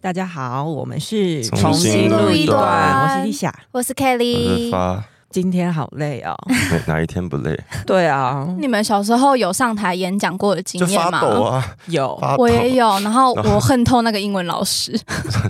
大家好，我们是重新录一段我是丽夏。我是我是 Kelly。发今天好累 哦。哪哪一天不累，对啊，你们小时候有上台演讲过的经就验发吗？抖啊，有发抖。 我也有，然后然后我恨透那个英文老师。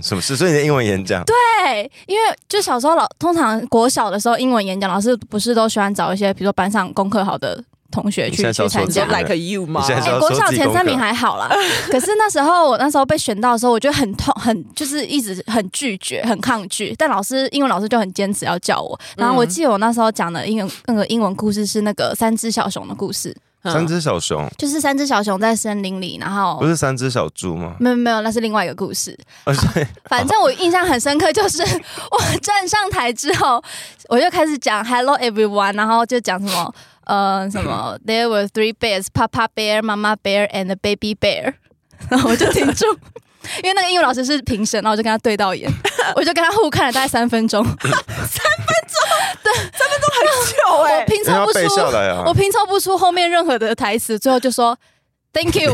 什么事？所以你的英文演讲，对，对，因为就小时候老，通常国小的时候，英文演讲老师不是都喜欢找一些，比如说班上功课好的同学你现去在是要去参说你说加这。like 个 you 吗你？现在哎、是要国收小集前功三名课还 好啦，可是那时候我那时候被选到的时候，我就很痛，很就是一直很拒绝，很抗拒。但老师英文老师就很坚持要叫我。然后我嗯记得我那时候讲的英文那个英文故事是那个三只小熊的故事， 嗯 三只小熊就是三只小熊在森林里，然后不是哦三只小猪吗？没有没有，那是另外一个故事。而且反正我印象很深刻，就是我站上台之后，我就开始讲 “Hello everyone”，然后就讲什么呃什 么 “There were three bears: Papa bear, Mama bear, and a baby bear”，然 后我就停住。因为那个英文老师是评审，然后我就跟他对到眼，我就跟他互看了大概三分钟。很久我哎，拼因为凑要不背出下，来啊我，拼凑不出后面任何的台词，最后就说 “Thank you”。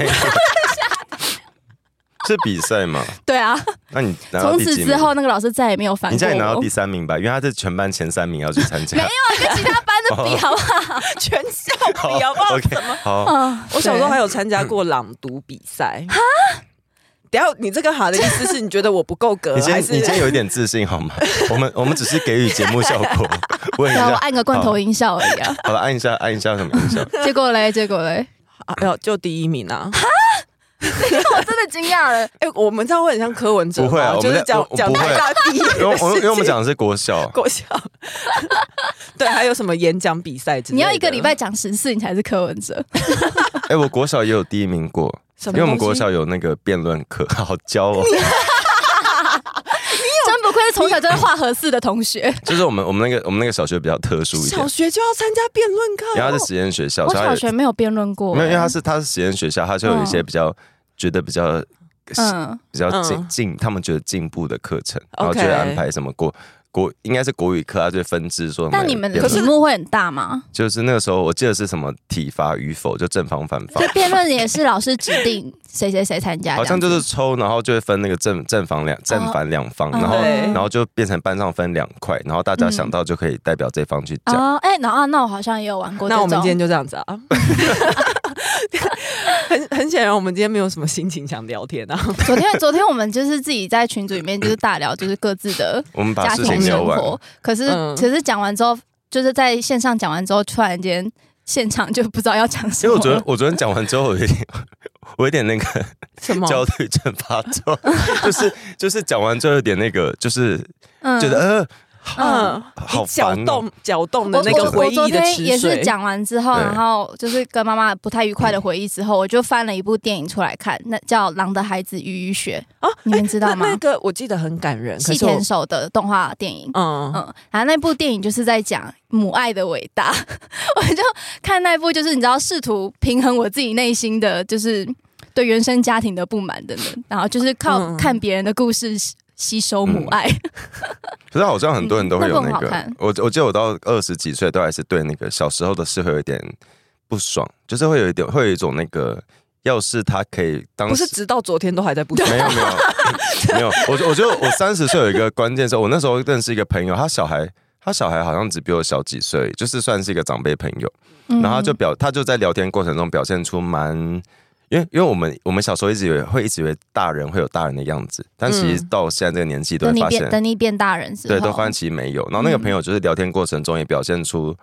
是比赛嘛？ 对啊，那你拿到从第此几之名？后那个老师再也没有反你过再拿到我第。三名吧，因为他是全班前三名要去参加。没有 跟其他班的比，好不好？全校比好不好？ OK，好，嗯，我小时候还 有有参加过朗读比赛。哈，等一下你这个好的意思是你觉得我不够格， 你今天还你是今天有一点自信好吗？ 我们我们只是给予节目效果，问一对啊，我下。按个罐头音效而已啊。好了，按一下按一下什么音效？结果嘞，结果嘞，啊要就第一名啊？我真的惊讶了。哎，我们这样会很像柯文哲吗，不会啊我们就是在讲我我讲不会台大第一的事情，因为我因为我们讲的是国小，国小， 对，还有什么演讲比赛之类的？ 你要一个礼拜讲十次，你才是柯文 哲。哎，我国小也有第一名过，什么东因西，为我们国小有那个辩论课，好教哦。真不愧是从小就在画合适的 同学。就是我们我们那个我们那个小学比较特殊一点小，学就要参加辩论课，因为它是实验学校，我所以它小有学没有辩论过、没有，因为它是它是实验学校，它就有一些比较觉得比较嗯，比较进嗯进，他们觉得进步的课程，然后 OK 就会安排什么国国应该是国语课，它就会分支说哪个但你们辩的论。题目会很大吗？就是那个时候，我记得是什么体罚与否，就正方反方所以，辩论也是老师指定 谁谁谁参加，好像就这样是子抽，然后就会分那个正正方哦两正反两方，然后对然后就变成班上分两块，然后大家嗯想到就可以代表这方去讲。哦，哎、然后、啊那我好像也有玩过这那种。我们今天就哦这样子啊。 很很显然，我们今天没有什么心情想聊天 啊。昨天昨天我们就是自己在群组里面就是大聊，就是各自的我们把家事庭情聊生完，活。可是，嗯可是讲完之后，就是在线上讲完之后，突然间现场就不知道要讲什因为么我昨天了。我昨天讲完之后，我有点我有点那个什么？焦虑症发作， 就是就是讲完之后有点那个，就是嗯觉得呃嗯，好你搅烦哦。动搅动的我嗯那个我回我昨忆的天池也水是。讲完之后，对然后就是跟妈妈不太愉快的回忆之后，我就翻了一部电影出来看，那叫《狼的孩子与雨雪》哦你们知那道吗那？个我记得很感人，可细是我田守的动画电影。嗯，嗯，然后那部电影就是在讲母爱的伟大， 我就看那部，就是你知道，试图平衡我自己内心的，就是对原生家庭的不满等等，然后就是靠、嗯看别人的故事吸吸收母嗯爱。可是好像很多人都会有那嗯那部很好个看，我我记得我到二十几岁都还是对那个小时候的事会有一点不爽，就是会有一点会有一种那个，要是他可以当不是时直到昨天都还在不爽没有没有没有，我觉我觉得我三十岁有一个关键时候，我那时候认识一个朋友，他小孩他小孩好像只比我小几岁，就是算是一个长辈朋友。嗯然后他就表他就在聊天过程中表现出蛮，因为因为我们我们小时候一直以为会一直以为大人会有大人的样子，但其实嗯到现在这个年纪都等会你发现，变等你变大人之后，对，都发现其实没有。然后那个朋友就是聊天过程中也表现出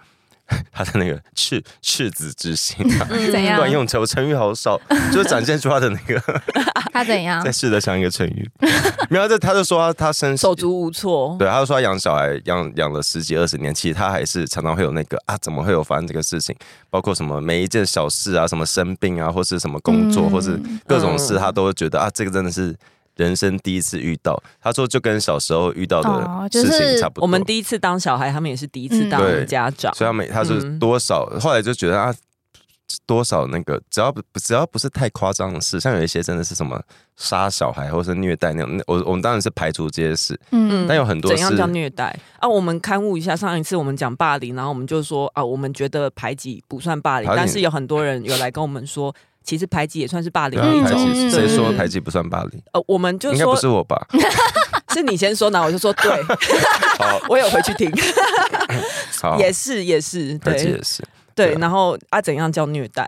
他的那个 赤赤子之心、 啊，嗯怎样乱用成我成语好少，就是展现出他的那 个他怎样在？试着想一个成语。没有，这啊他就说他他身手足无措。对，他就说他养小孩养养了十几二十年，其实他还是常常会有那个啊，怎么会有发生这个事情？包括什么每一件小事啊，什么生病啊，或是什么工作，嗯或是各种事，嗯他都会觉得啊，这个真的是人生第一次遇到。他说就跟小时候遇到的哦就事是情差不多。我们第一次当小孩，他们也是第一次嗯当对家长。所以他每他是嗯多少，后来就觉得啊，多少那个，只要不只要不是太夸张的事，像有一些真的是什么杀小孩或是虐待那种，那我我们当然是排除这些事，嗯，但有很多怎样是叫虐待啊？我们刊物一下，上一次我们讲霸凌，然后我们就说啊，我们觉得排挤不算霸凌，排挤但是有很多人有来跟我们说，其实排挤也算是霸凌对的一啊，排种。挤，嗯谁说对排挤不算霸凌？呃，我们就应该说啊不是 我吧？是你先说呢，我就说 对，好，我有回去听，好，也是也是，哦排挤对也是。对对，啊然后啊，怎样叫虐待？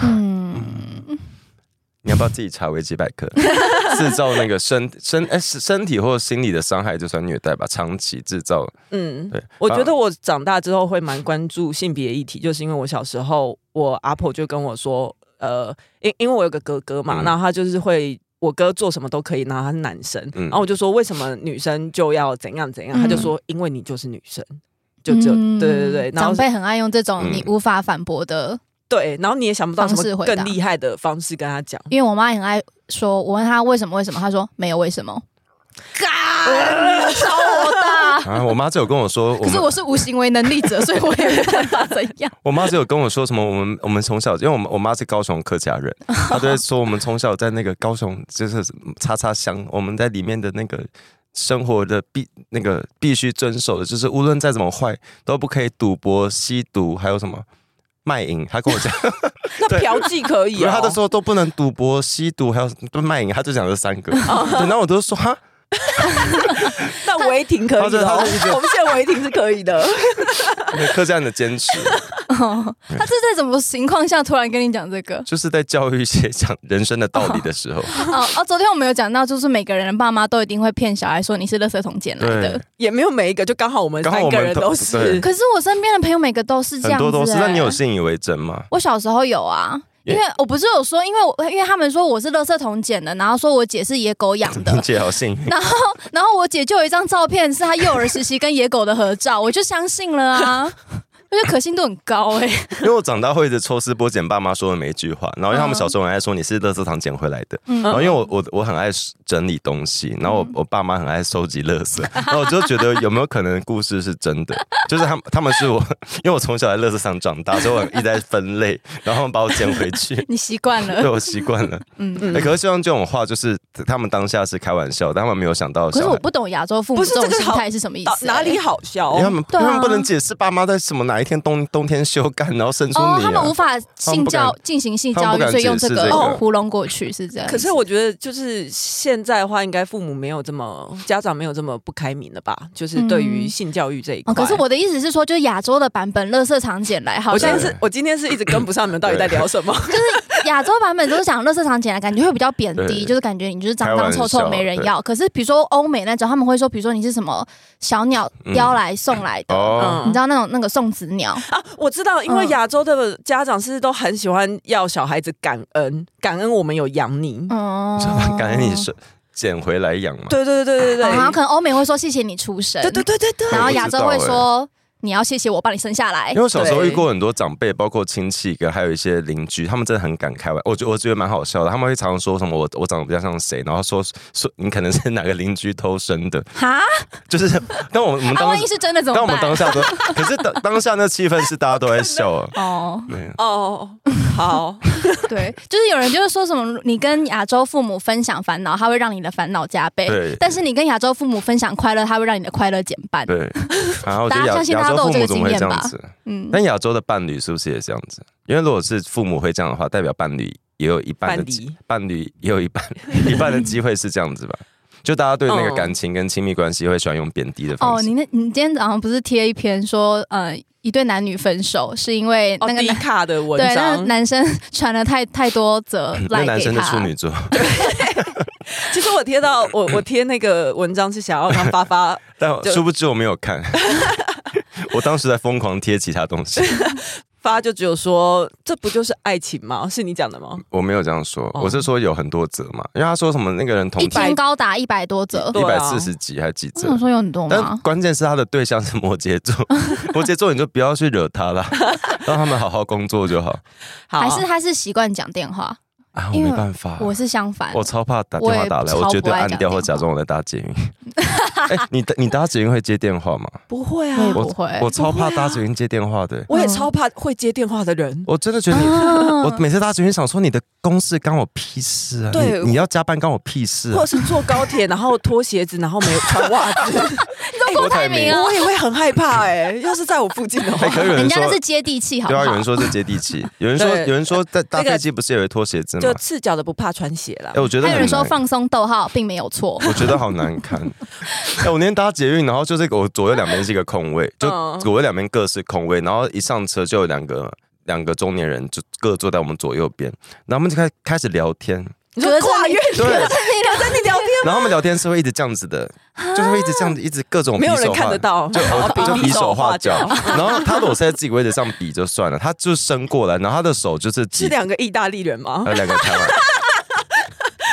嗯，你要不要自己查维基百 科？制造那个身身哎、是身体或心理的伤害就算虐待吧？长期制造，嗯，对，我觉反得我长大之后会蛮关注性别议题，就是因为我小时候，我阿婆就跟我说，呃，因因为我有个哥哥嘛，嗯然后他就是会。我哥做什么都可以，然后他是男生，嗯然后我就说为什么女生就要怎样怎样，嗯他就说因为你就是女生，就这，嗯对对对，然长后辈很爱用这种嗯你无法反驳的，对，然后你也想不到什方式么回答更厉害的方式跟他 讲，因为我妈也很爱说，我问她为什么为什么，她说没有为什么，嘎，超火大。啊，我妈只有跟我说，哦我可是们我是无行为能力者，所以我也没办法怎样。我妈只有跟我说什么，我们我们从小，因为我们我妈是高雄客家人，她就会说我们从小在那个高雄就是叉叉乡，我们在里面的那个生活的必那个必须遵守的，就是无论再怎么坏都不可以赌博、吸毒，还有什么卖淫。她跟 我讲，那嫖妓可以、哦，然后她就说 都不能赌博、吸毒，还有都卖淫，她就讲这三个。哦对然后我都说哈，那违停可以他就他哦就一直，我们现在违停是可以 的，那客家人的坚持她是在什么情况下突然跟你讲 这个？就是在教育一些讲人生的道理的时候，哦哦，昨天我们有讲到，就是每个人的爸妈都一定会骗小孩说你是垃圾桶捡来对的。。也没有每一个，就刚好我们刚好三我个们人都都对是，可是我身边的朋友每个都是这很样子、多都是，欸那你有信以为真吗？我小时候有啊，因为我不是有说，因为我因为他们说我是垃圾桶捡的，然后说我姐是野狗养的你，姐好幸运。然后我姐就有一张照片是她幼儿时期跟野狗的合照，我就相信了 啊。我觉得可信度很高哎、 因为我长大会一直抽丝剥茧爸妈说的每一句话，然后因为他们小时候很爱说你是垃圾场捡回来的，嗯然后因为我我我很爱整理东西，然后我我爸妈很爱收集垃圾，然后我就觉得有没有可能故事是真的，就是他们他们是我，因为我从小在垃圾场长大，所以我一直在分类，然后他们把我捡回 去。你习惯对了，我习惯了，嗯。哎、可是像这种话，就是他们当下是开玩笑，但他们没有想到可是小我孩，不懂亚洲父母不是这种这个心好态是什么意思、到欸？哪里好笑哦因为？他们、对啊他们不能解释爸妈在什么哪一天冬冬天休干，然后生出你、啊哦，他们无法性教进行性他教们不育，敢所以用这解个释这个糊弄过去是这样。可是我觉得，就是现在的话，应该父母没有这么家长没有这么不开明了吧？就是对于嗯性教育这一块、哦，可是我的意思是说，就是亚洲的版本，乐色场捡来，好我现像在是我今天是一直跟不上你们到底在聊什么。亚洲版本都是讲乐色场捡来，感觉会比较贬低，对就是感觉你就是脏开脏玩臭臭笑没人要。可是比如说欧美那种，他们会说，比如说你是什么小鸟嗯叼来送来的，哦，你知道那种那个送子鸟，嗯我知道，因为嗯亚洲的家长是都很喜欢要小孩子感恩，感恩我们有养你。哦、 感恩你是捡回来养嘛。对对对对对哦然后可对，能欧美会说谢谢你出生，对对对对对。然后亚洲会我知道哎说你要谢谢我把你生下来因为。我小时候对遇过很多长辈，包括亲戚跟还有一些邻居，他们真的很敢开玩，我觉我觉得蛮好笑的。他们会常说什么我我长得比较像谁，然后说说你可能是哪个邻居偷生的，哈，就是但我们我们那、当啊万一时，是真的怎但么我们当办？下都，可是当当下那气氛是大家都在笑啊。哦，对，哦， 好，对，就是有人就是说什么，你跟亚洲父母分享烦恼，他会让你的烦恼加倍；对但是你跟亚洲父母分享快乐，他会让你的快乐减半。对，然后我觉得大家亚相信大亚家洲都父有这母个怎么会经验这吧样子？嗯，但亚洲的伴侣是不是也这样子？因为如果是父母会这样的话，代表伴侣也有一半的班机迪，伴侣也有一半一半的机会是这样子吧？ 就大家对那个感情跟亲密关系会喜欢用贬低的方哦，式。你那，你今天早上不是贴一篇说，呃，一对男女分手是因为哦那个迪男、卡的文对，那个章，男生 传了太太多则嗯那赖男给生的处他。女 座，其实我贴到我我贴那个文章是想要让发发但就殊不知我没有 看，我当时在疯狂贴其他东西，发就只有说，这不就是爱情吗？是你讲的吗？我没有这样说，哦我是说有很多则嘛，因为他说什么那个人同一居百天高达一百多则，对一百啊四十几还几我则想，说有很多但吗？关键是他的对象是摩羯 座，摩羯座你就不要去惹他啦，让他们好好工作就好好还是他是习惯讲电话？啊，我因为没办法，我是相反，我超怕打电话打来，我也我绝对超不爱按讲掉或电话假装我在搭捷运。 哎、你搭你搭捷运会接电话 吗？不会啊我也，我不会我超怕不会啊搭捷运接电话的、我也超怕会接电话的人。我真的觉得你，啊嗯 我每次搭捷运想说你的公事干我屁事啊！对你你要加班干我屁事、啊或者。是坐高铁，然后脱鞋子，然后没有穿袜子， 郭台铭啊，我也会很害怕哎、要是在我附近的话 哎，，可是有人人家说那是接地气，好不对啊，有好人？说是接地气，有 人说对有人说在搭那个飞机不是也会脱鞋子吗就？赤脚的不怕穿鞋啦哎、。我觉得还有很人说难放松逗号并没有错，我觉得好难 看。哎、我那天搭捷运，然后就是我左右两边是一个空位，就嗯左右两边各是空位，然后一上车就有两个两个中年人就各坐在我们左右边，然后我们就开开始聊天，你隔说着跨越，对，啊 敢跟你聊天，然后我们聊天是会一直这样子的，就是会一直这样子，一直各种啊没有比手人画看得到 就然后我就比比手手画画脚脚。 然后他裸在自己位置上比就算了，他就伸过来，然后他的手就是是几两个意大利人吗还？有两个台 湾人，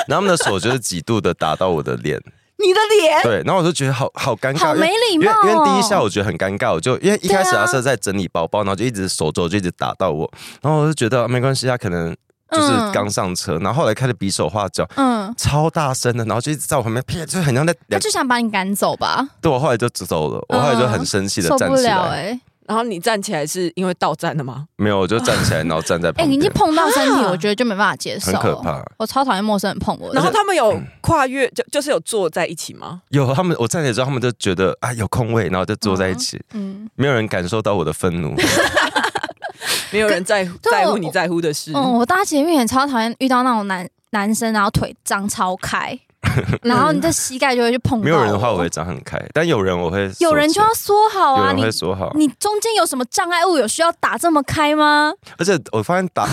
然后他们的手就是几度的打到我的脸，你的脸，对，然后我就觉得好好尴尬，好因没为礼因貌为哦。因为第一下我觉得很尴尬，我就因为一开始对啊他是在整理包包，然后就一直手肘就一直打到我，然后我就觉得啊没关系，他可能就是嗯刚上车，然后后来开始比手画脚，嗯，超大声的，然后就一直在我旁边，啪，就很像在他两就想把你赶走吧，对我后来就走了，嗯我后来就很生气的受站不起来，了哎然后你站起来是因为到站了吗？没有，我就站起来，然后站在哎，旁你一边，碰到身体，啊我觉得就没办法接受，很可。怕。我超讨厌陌生人碰我的，然后他们有跨越，就就是有坐在一起吗？有他们，我站起来之后，他们就觉得啊有空位，然后就坐在一起，嗯没有人感受到我的愤怒。没有人在对在我乎你在乎的事。哦嗯，我搭捷运也超讨厌遇到那种男男生，然后腿张超开，然后你的膝盖就会去碰到。没有人的话，我会长很开，但有人我会缩起来，有人就要缩好有啊，人你会说好。你中间有什么障碍物？有需要打这么开吗？而且我发现 打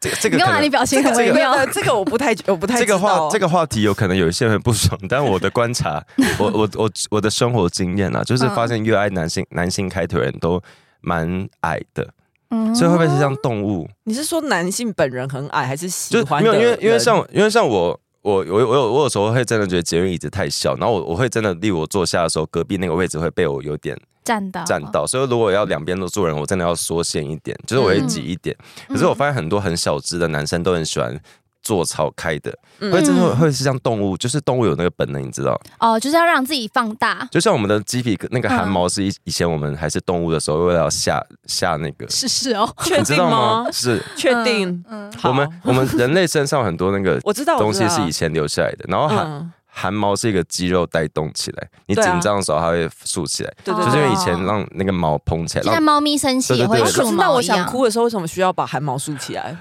这个这你个干可嘛？你能表情很这微个妙。对这个我不太我不太这知个道话这个话题有可能有一些人不爽，但我的观察，我 我我我的生活经验啊，嗯就是发现越爱男性男性开腿的人都蛮矮的，哦嗯所以会不会是像动物？你是说男性本人很矮，还是喜就是欢没的有，人？因为因为像因为像我。我我有我有我有时候会真的觉得捷运椅子太小，然后我我会真的，例如我坐下的时候，隔壁那个位置会被我有点站啊到占到，所以如果要两边都坐人，我真的要缩线一点，就是我会挤一点。嗯可是我发现很多很小只的男生都很喜欢坐超开的，嗯会真的会是像动物，就是动物有那个本能，你知道？哦，就是要让自己放大。就像我们的鸡皮那个汗嗯毛是以以前我们还是动物的时候，为了要下下那个，是是哦，确你知定道吗？？是确定。嗯，好我们 我们人类身上很多那个我知道东西是以以前留下来的，然后汗嗯，汗毛是一个肌肉带动起来，你紧对啊张的时候它会竖起来，对对就是因对。啊为以前让那个毛蓬起来，就像让猫咪生气也会对对对竖可是那毛我一样想。哭的时候，为什么需要把汗毛竖起来？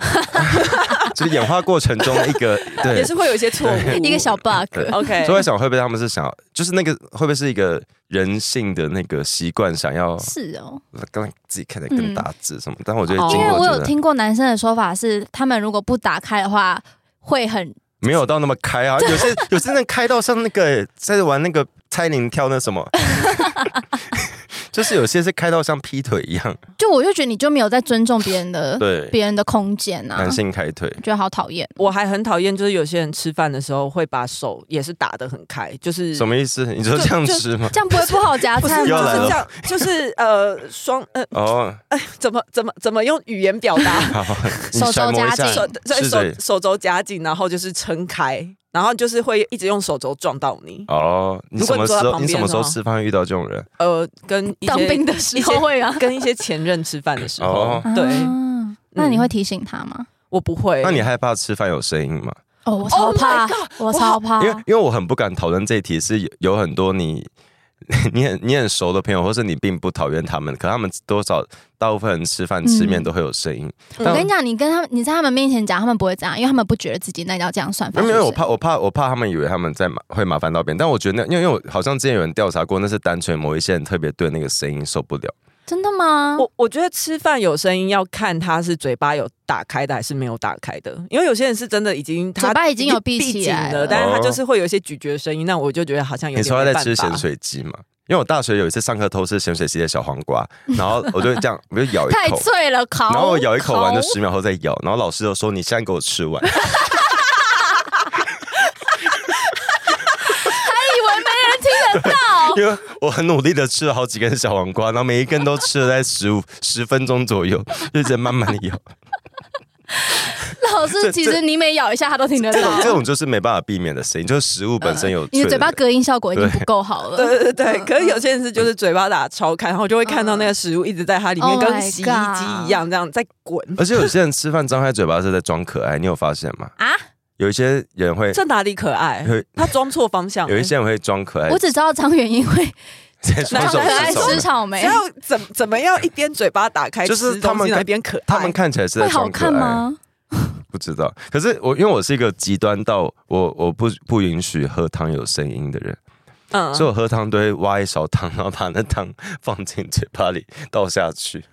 就是演化过程中的一个 对也。是会欸有一些错误。 一个小 bug，对 OK，所以我在想，会不会他们是想要，就是那个会不会是一个人性的那个习惯，想要是哦，刚自己看起来嗯更大只什么？但我觉得哦经因为过我觉有得听过男生的说法是，他们如果不打开的话，会很没有到那么开啊，有些有些人开到像那个在玩那个蔡依林跳那什么，就是有些是开到像劈腿一样，就我就觉得你就没有在尊重别人的对，别人的空间呃啊男，性开腿，觉得好讨厌。我还很讨厌，就是有些人吃饭的时候会把手也是打得很开，就是什么意思？你说就这样就吃吗？这样不会不好夹不是菜就 是又来吗？了这样， 就是呃双呃哦， 怎么怎么怎么用语言表达？好，你手肘揣摩一夹下紧手对是手谁手肘夹紧，然后就是撑开，然后就是会一直用手肘撞到你。哦，你如什果么你时坐在候旁你什边么时候的话吃饭会遇到这种人？呃，跟一当兵些的时候会 啊，跟一些前任吃饭的时候哦， 对啊那你会提醒他吗？我不会。那你害怕吃饭有声音吗？哦，我超 Oh my 怕 God，，我超怕因，哦为因为我很不敢讨论这一题，是有有很多你你很你很熟的朋友，或是你并不讨厌他们，可他们多少大部分人吃饭吃面嗯都会有声音。我跟但你讲，你跟他们，你在他们面前讲，他们不会这样，因为他们不觉得自己那叫这样算法。没有，因为是不我怕，是我怕，我怕他们以为他们在麻会麻烦到别人，但我觉得那，因为因为我好像之前有人调查过，那是单纯某一些人特别对那个声音受不了。真的吗？我我觉得吃饭有声音要看他是嘴巴有打开的还是没有打开的，因为有些人是真的已经他嘴巴已经有闭起紧来了了，但是他就是会有一些咀嚼声音，那我就觉得好像有哦点你说他没在办吃法咸。水鸡嘛？因为我大学有一次上课偷吃咸水鸡的小黄瓜，然后我就这样，我就咬一太口，脆了，烤。然后我咬一口完就烤十秒后再咬，然后老师就说你现在给我吃完，。还以为没人听得 到 因为我很努力的吃了好几根小黄瓜，然后每一根都 吃了在十五十分钟左右，就一直慢慢的咬。头是其实你每咬一下它都听得这种到这，种就是没办法避免的声音，就是食物本身有啊嗯你脆的嘴巴隔音效果已经不够好对了。对对对，可是嗯有些人是嗯就是嘴巴打超开，然后就会看到那个食物一直在它里面， Oh 跟 my 洗衣机一样这样在滚。而且有些人吃饭张开嘴巴是在装可爱，你有发现吗？啊，有一些人会，这哪里可爱有？他装错方向了。有一些人会装可爱我，只知道张元英会在 双哪装手可爱吃手吃的。草莓只，要怎怎么样，一边嘴巴打开，就是吃他东们西然后看一边可爱。他们看起来是会在好装可看爱，吗？不知道。可是我因为我是一个极端到我我不不允许喝汤有声音的人，嗯所以我喝汤都会挖一勺汤，然后把那汤放进嘴巴里倒下去。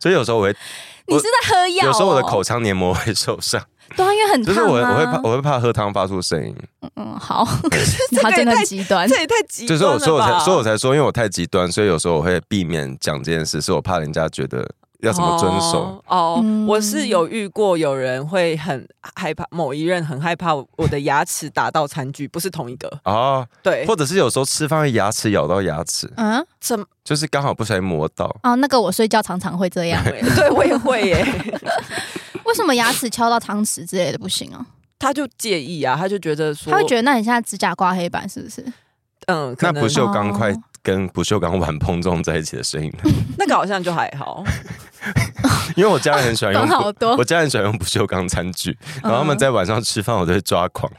所以有时候我会，你是在喝药哦？有时候我的口腔黏膜会受伤，对啊，因为很就烫是我啊。我会怕我会怕喝汤发出声音，嗯，好， 这个他也真的太很极端。这也太极啊就端是我了所以我吧才所以我才说，因为我太极端，所以有时候我会避免讲这件事，是我怕人家觉得要怎么遵守。哦。哦嗯我是有遇过有人会很害怕，某一任很害怕我的牙齿打到餐具，不是同一个。哦，对，或者是有时候吃饭会牙齿咬到牙齿，嗯，怎么？就是刚好不小心磨到。哦，那个我睡觉常常会 这样。对我也会耶。 为什么牙齿敲到汤匙之类的不行啊？他就介意啊，他就觉得说，他会觉得那你现在指甲刮黑板是不是？嗯，可那能不锈钢块哦跟不锈钢碗碰撞在一起的声音，那个好像就还好。因为我家人很喜欢用懂好多我家人喜欢用不锈钢餐具，然后他嗯 们在晚上吃饭，我都会抓狂。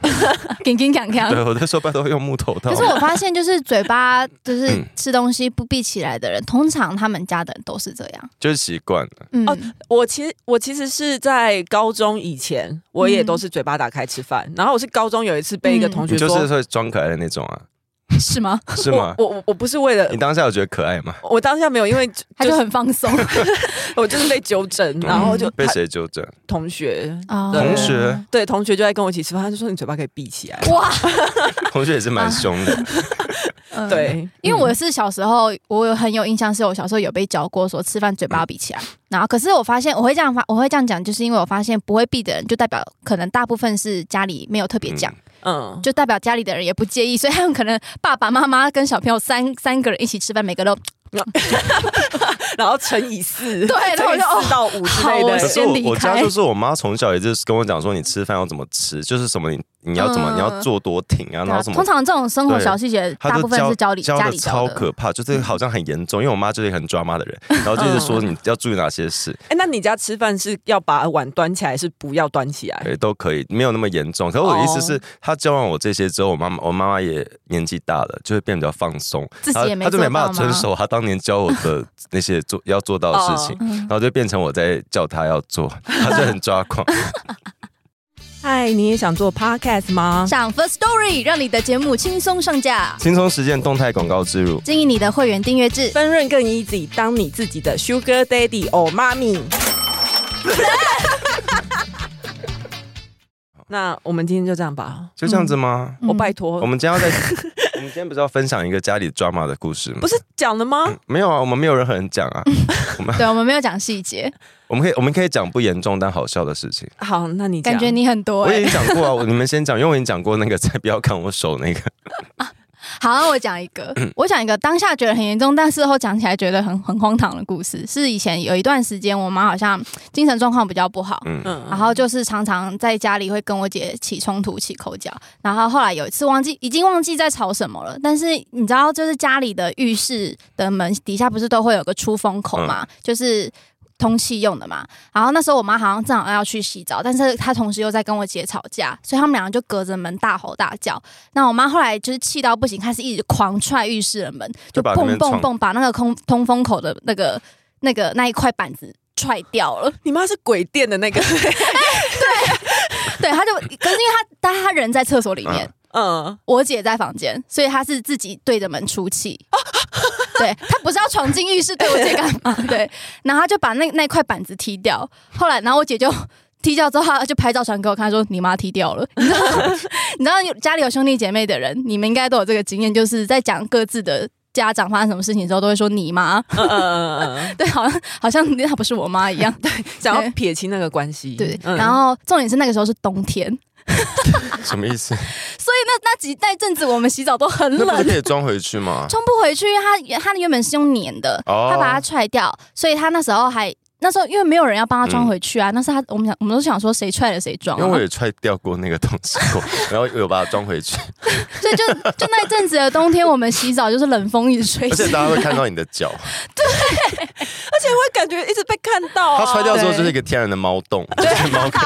紧紧锵锵。对，我在说拜托用木头刀啊 可。是我发现，就是嘴巴就是嗯吃东西不闭起来的人，通常他们家的人都是这样。就是习惯了。嗯，哦我其实我其实是在高中以前，我嗯也都是嘴巴打开吃饭。然后我是高中有一次被一个同你学就说，是会装可爱的那种啊，是吗？是吗？我我我不是为了你当下有觉得可爱吗？我当下没有，因为就他就就是很放松。我就是被纠正，然后就嗯被他谁纠正？同学 哦同学对同学就在跟我一起吃饭，他就说你嘴巴可以闭起来。哇，同学也是蛮凶的，啊嗯，对，因为我是小时候，我有很有印象，是我小时候有被教过说吃饭嘴巴要闭起来。然后，可是我发现我会这样发，我会这样讲，就是因为我发现不会闭的人，就代表可能大部分是家里没有特别讲，嗯，就代表家里的人也不介意，所以他们可能爸爸妈妈跟小朋友三三个人一起吃饭，每个都然后乘以四， 对然乘后我以就哦四到五之类好的可。是我先离开我家就是我妈从小也就是跟我讲说，你吃饭要怎么吃，就是什么你你要怎么、嗯你要做多挺啊，然后什么通。常这种生活小细节，她大都部分是教里教家的里教超的。可怕，就是好像很严重。因为我妈就是一个很抓妈的人，然后嗯就是说你要注意哪些事，哎，那你家吃饭是要把碗端起来，是不要端起来？对，都可以，没有那么严重。可是我的意思哦是，她教完我这些之后，我妈妈我妈妈也年纪大了，就会变得比较放松，自己她也没她就做没办到法遵吗守她当年教我 的那些做要做到的事情，嗯然后就变成我在叫她要做，她就很抓狂。 嗨，你也想做 podcast 吗？上 First Story 让你的节目轻松上架，轻松实践动态广告植入。经营你的会员订阅制。分润更 easy，当你自己的 sugar daddy or mommy。那我们今天就这样吧，就这样子吗？嗯我拜托，我们今天要 在，我们今天不是要分享一个家里 drama 的故事吗？不是讲了吗？没有啊，我们没有任何人 讲啊。我们嗯对，我们没有讲细节，我们可以我们可以讲不严重但好笑的事情。好，那你讲感觉你很多、我已欸。经讲过 啊，我你们先讲，因为我已经讲过那个再不要看我手那个。好，那我讲一个，我讲一个当下觉得很严重，但事后讲起来觉得很很荒唐的故事。是以前有一段时间，我妈好像精神状况比较不好，嗯，嗯然后就是常常在家里会跟我姐起冲突、起口角，然后后来有一次忘记，已经忘记在吵什么了。但是你知道，就是家里的浴室的门底下不是都会有个出风口嘛，嗯就是。通气用的嘛，然后那时候我妈好像正好要去洗澡，但是她同时又在跟我姐吵架，所以他们两个就隔着门大吼大叫。那我妈后来就是气到不行，开始一直狂踹浴室的门，就就把那边蹦蹦窗蹦，把那个空通风口的那个那个那一块板子踹掉了。你妈是鬼店的那个， 对，他就可是因为他但他人在厕所里面，嗯，我姐在房间，所以他是自己对着门出气。 对他不是要闯进浴室对我姐干嘛？对，然后他就把那那块板子踢掉。后来，然后我姐就踢掉之后，她就拍照传给我看，说你妈踢掉了。 你知道，你知道有家里有兄弟姐妹的人，你们应该都有这个经验，就是在讲各自的家长发生什么事情之后，都会说你妈。 嗯嗯嗯嗯嗯，对，好像好像那不是我妈一样。想要撇清那个关系，对，嗯然后重点是那个时候是冬天，什么意思？所以那那几那一阵子我们洗澡都很那不是冷可。以装回 去吗？冲不回去，因为他他原本是用粘的，哦他把它踹掉，所以他那时候还那时候因为没有人要帮他装回去啊，那是他我们想我们都想说谁踹了谁装、嗯因为我啊，也踹掉过那个东西过，然后我有把它装回去， 所以就就那一阵子的冬天，我们洗澡就是冷风一直 吹而且大家会看到你的脚。而且会感觉一直被看到、啊。它踹掉之后就是一个天然的猫洞，就是猫坑。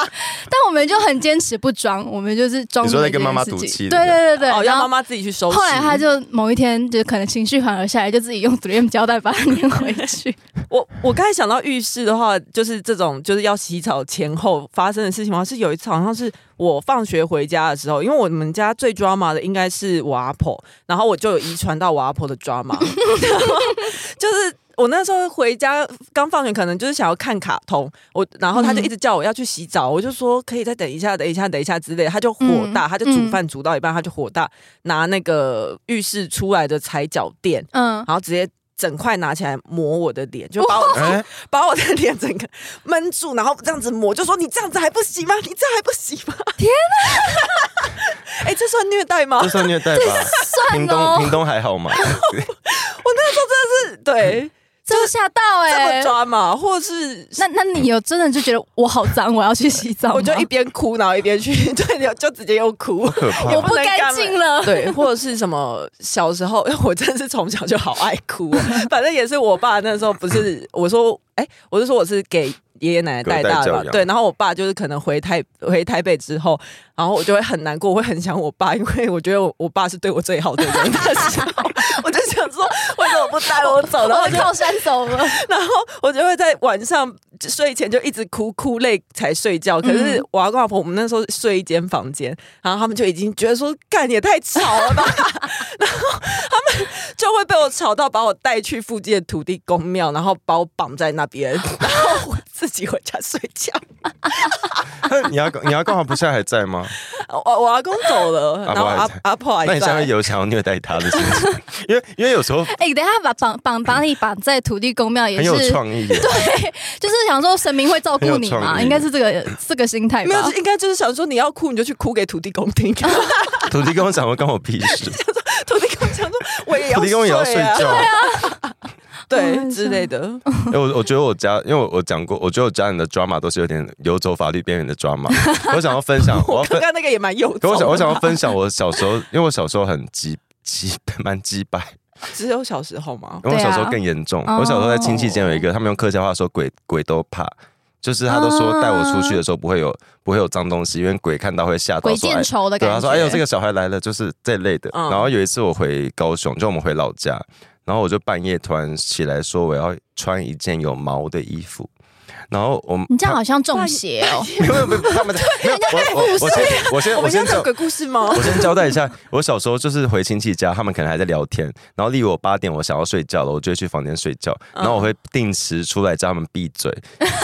但我们就很坚持不装，我们就是装。你说在跟妈妈赌气对对对对。哦，然要后妈妈自己去收拾。后来他就某一天就可能情绪缓和下来，就自己用 3M 胶带把它粘回 去。我我刚才想到浴室的话，就是这种就是要洗澡前后发生的事情吗？是有一次好像是我放学回家的时候，因为我们家最 drama 的应该是我阿婆，然后我就有遗传到我阿婆的 drama，然后 就是。我那时候回家刚放学，可能就是想要看卡通，我然后他就一直叫我要去洗澡，我就说可以再等一下，等一下，等一下之类的，他就火大，他就煮饭煮到一半，他就火大，拿那个浴室出来的踩脚垫，嗯，然后直接整块拿起来抹我的脸，就把我哎、 把我的脸整个闷住，然后这样子抹，就说你这样子还不行吗？你这样还不行吗？天 哪！哎、这算虐待吗这？算虐待吧？屏东屏东还好吗？对，真的吓到这哎、么抓嘛，或者是那那你有真的就觉得我好脏，我要去洗澡吗？ 我就一边哭，然后一边去， 对，就直接又哭。可怕！我不干净了。对，或者是什么小时候， 因为我真是从小就好爱哭哦、反正也是我爸那时候不是我说，哎、我是说我是给爷爷奶奶带大隔代的教嘛养，对，然后我爸就是可能回台回台北之后，然后我就会很难过，我会很想我爸，因为我觉得我我爸是对我最好的人 的时候，我就想说为什么不带我走，然后我我就靠山走了，然后我就会在晚上睡前就一直哭哭累才睡觉。可是嗯我阿公阿婆我们那时候睡一间房间，然后他们就已经觉得说干也太吵了吧，然后 他们就会被我吵到，把我带去附近的土地公庙，然后把我绑在那边， 然后我自己回家睡觉。哎你要你要干嘛？不是还在吗？我我阿公走了，阿然后婆还阿在阿婆还那你现在在。有想要虐待他的心情？因为因为有时候 哎、等一下把绑绑把你绑在土地公庙也很是，有 创意耶，就是想说神明会照顾你很有创嘛，意应该是这个这个心态没有吧，。应该就是想说你要哭你就去哭给土地公听， 土 土地公长得跟我屁事，地公想说我也要、啊，土地公也要睡觉。对之类的。哎我我觉得我家，因为我我讲过，我觉得我家人的 drama 都是有点游走法律边缘的 drama。我想要分享，我要分刚，刚那个也蛮幼稚的可吧。我想我想要分享我小时候，因为我小时候很 鸡鸡蛮鸡掰，只有小时候吗？因为我对啊小时候更严重，哦我小时候在亲戚间有一个，他们用客家话说鬼鬼都怕。就是他都说带我出去的时候不会有不会有脏东西，因为鬼看到会吓到鬼说见哎愁的对，感他觉。说：“哎呦，这个小孩来了，就是这类的。嗯然后有一次我回高雄，就我们回老家，然后我就半夜突然起来说我要穿一件有毛的衣服，然后我 们你这样好像 中邪哦。没有没有没有他们在没有我我我先我先我我们先要讲交鬼故事吗？我先交代一下，我小时候就是回亲戚家，他们可能还在聊天，然后例如我八点我想要睡觉了，我就会去房间睡觉，嗯然后我会定时出来叫他们闭嘴，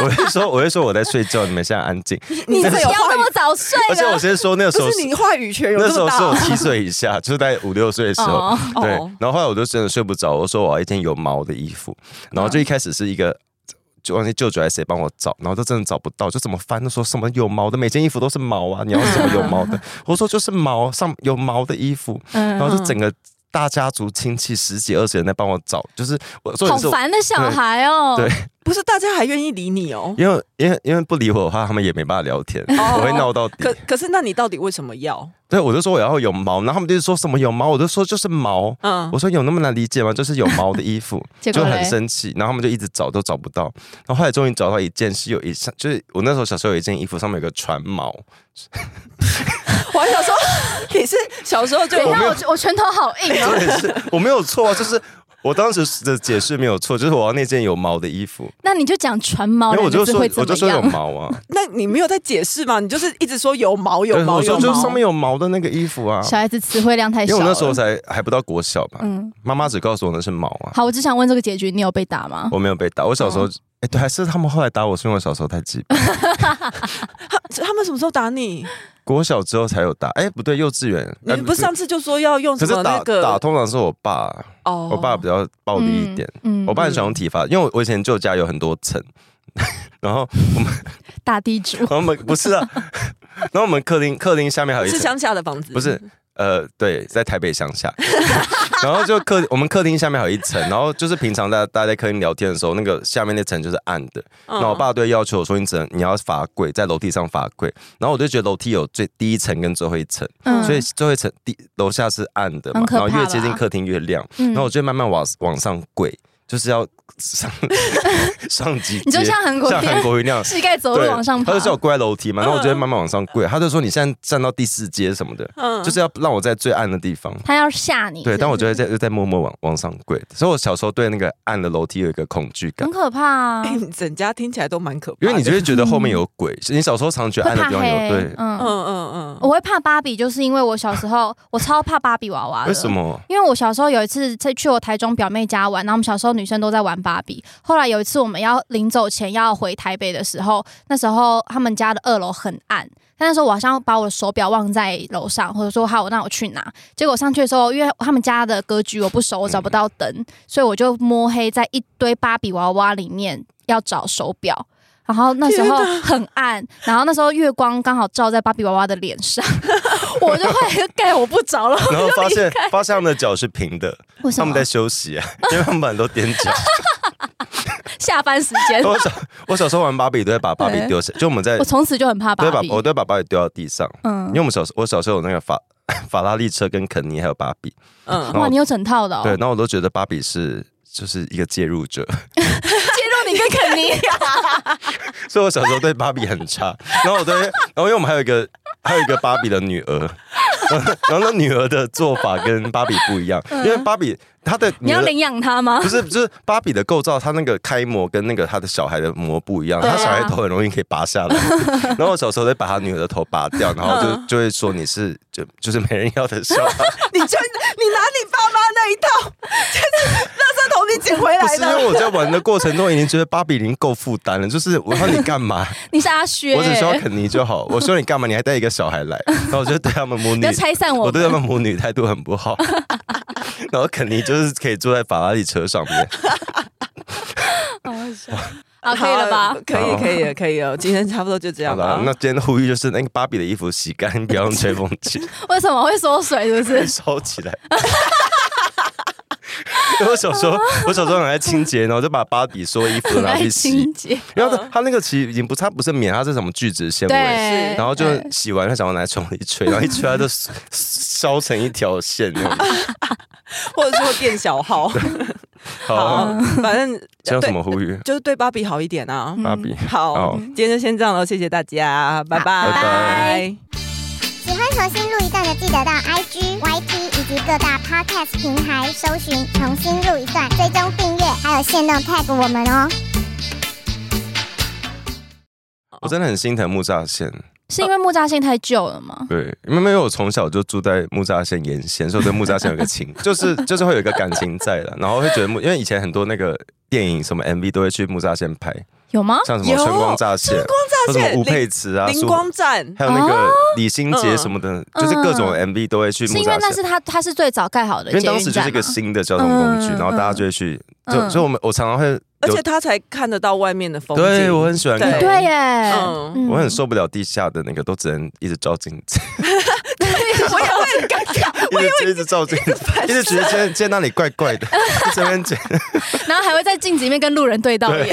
我会说我会说我在睡觉，你们现在安静，你不这有要话那语么，早睡而且我啊！先说那个时候哎不是你话语权有那这时么候大是我七岁以下，就是大概五六岁的时候。哦 对哦，然后后来我就真的睡不着，我说我要一件有毛的衣服，嗯然后就一开始是一个。就忘记舅舅还是谁帮我找，然后就真的找不到，就怎么翻都说什么有毛的，每件衣服都是毛啊！你要什么有毛 的？我说就是毛上有毛的衣服，然后嗯，就整个大家族亲戚十几二十人在帮我找，就是我重好点是我烦的小孩哦。对不是大家还愿意理你哦。因为因为因为不理我的话，他们也没办法聊天，哦我会闹到底可。可是，那你到底为什么要？对，我就说我要有毛，然后他们就是说什么有毛，我就说就是毛，嗯我，说有那么难理解吗？就是有毛的衣服， 结就果嘞很生气，然后他们就一直找都找不到，然后后来终于找到一件是有一上，就是我那时候小时候有一件衣服上面有个船 锚，我还想说你是小时候就等一下，我我拳头好硬 哦。对，是我没有错啊，就是我当时的解释没有错，就是我要那件有毛的衣服，那你就讲船因毛为我两就个字说会我怎就么说有样？毛啊，那你没有在解释吗？你就是一直说有毛有对，毛我有说就是毛上面。有毛的那个衣服啊， 小孩子词汇量太因为少我了。那时候才还不到国小吧，嗯，妈妈只告诉我那是毛啊，好，我哦只想问这个结局，你有被打吗？我没有被打，我小时候。哎、对，还是他们后来打我，是因为我小时候太鸡 巴。他他们什么时候打你？国小之后才有打，哎、不对，幼稚园。你哎不是上次就说要用可什是哦么打、那个打通常是我爸，哦我爸比较暴力一点。嗯，嗯我爸很喜欢用体罚，因为我我以前舅家有很多层，然后大地主然后我们不是啊，然后我们客厅客厅下面还有一是嗯层，乡下的房子，不是呃，对，在台北乡下， 然后就客我们客厅下面还有一层，然后就是平常大家大家在客厅聊天的时候，那个下面那层就是暗的。嗯那我爸对要求我说，你只能你要罚跪，在楼梯上罚跪。然后我就觉得楼梯有最第一层跟最后一层，嗯所以最后一层第楼下是暗的嘛很，可然后怕越接近吧客厅越亮。嗯然后我就慢慢往往上跪，就是要上 上级，你就像韩国像片。韩国瑜那样 膝盖走路对往上爬他就，叫我跪在楼梯嘛，然后我就会嗯慢慢往上跪。他就说你现在站到第四阶什么的，嗯就是要让我在最暗的地方。他要吓你。对，但我觉得得在就在默默往往上跪，所以我小时候对那个暗的楼梯有一个恐惧感很，可怕啊，哎，你整家听起来都蛮可怕的，因为你就会觉得后面有鬼。 你小时候常觉得会暗的怕地方有黑对，，嗯嗯。嗯嗯嗯，我会怕芭比，就是因为我小时候我超怕芭比娃娃的。为什？么？因为我小时候有一次在去我台中表妹家玩，然后我们小时候女生都在玩芭比。后来有一次我们要临走前要回台北的时候，那时候他们家的二楼很暗，但那时候我好像把我的手表忘在楼上，或者说好，那我去拿。结果上去的时候，因为他们家的格局我不熟，我找不到灯，所以我就摸黑在一堆芭比娃娃里面要找手表。然后那时候很暗，然后那时候月光刚好照在芭比娃娃的 脸上，我就会盖 我不着了。然后发现发现他们的脚是平的，为什他们么在休息啊，因为他们本来都踮脚。下班时 间？我小我小时候玩芭比都会把芭比丢下，就我们在 我从此就很怕都芭会把比。我都会把芭比丢到地上，嗯因为我们小时我小时候有那个法法拉利车跟肯尼还有芭比，嗯，然哇，后你有整套的哦。对，然后我都觉得芭比是就是一个介入者， 介入你跟肯尼，所以我小时候对芭比很差。然后我对，然后因为我们还有一个还有一个芭比的女儿， 然后那女儿的做法跟芭比不一样，因为芭比她的嗯你女要儿的领养他吗不？ 是，就是芭比的构造，它那个开模跟那个她的小孩的模不一样，对啊她小孩头很容易可以拔下 来。然后我小时候会把她女儿的头拔掉，然后就就会说你是就就是没人要的 小孩，你就你拿你爸妈那一套，就是垃圾桶里捡回不来是因的。为我在玩的过程中已经觉得芭比已经够负担了，就是我要你干嘛， 你是阿薛、我只需要肯尼就好。我说你干嘛，你还带一个小孩 来，然后我就对他们母不女要，拆散我我们。对他们母女态度很不 好。然后肯尼就是可以坐在法拉利车上面，好，啊可以了吧？可以，可以了，可以了。今天差不多就这好样了吧，。那今天的呼吁就是那个芭比的衣服洗干，不要用吹风机。为什么会缩水？是不被是？烧起来。 因为我小时候，我小时候很爱清洁，然后就把芭比所有衣服都很拿 爱去洗清。洁。然后它它那个其实已经不，它不是棉，它是什么聚酯纤对维。，然后就对洗完，他想要拿去往里吹，然后一吹 它就烧成一条线那种。或者是会变小 号。好好，，反正呃还有什对，么呼吁？就是对芭比好一点啊。嗯芭比，好好，今天就先这样了，谢谢大家，拜拜拜拜。喜欢重新录一段的，记得到 IG、YT 以及各大 Podcast 平台搜寻“重新录一段”，追踪订阅，还有限定 tag 我们哦。我真的很心疼木栅线。是因为木栅线太旧了吗？对，因为没有我从小就住在木栅线沿线，所以我对木栅线有个情，就是就是会有一个感情在了，然后会觉得木，因为以前很多那个电影什么 MV 都会去木栅线拍，有吗？像什么有春光乍泄，光乍或什泄么吴佩慈啊，灵苏光站，还有那个李心洁什么的，就是各种嗯 MV 都会去是木因为栅那线是。它，它是最早盖好的因捷为运站啊当时就是一个嘛新的交通工具，嗯然后大家就会去，就嗯所以我们我常常会而有且，他才看得到外面的风景。对我很喜欢看，对对耶，嗯嗯我很受不了地下的那个，都只能一直照镜子，我也会很尴尬。 一直一直照镜子，一直觉得 今天今天那里怪怪的，一直在那边觉得然后还会在镜子里面跟路人对到眼，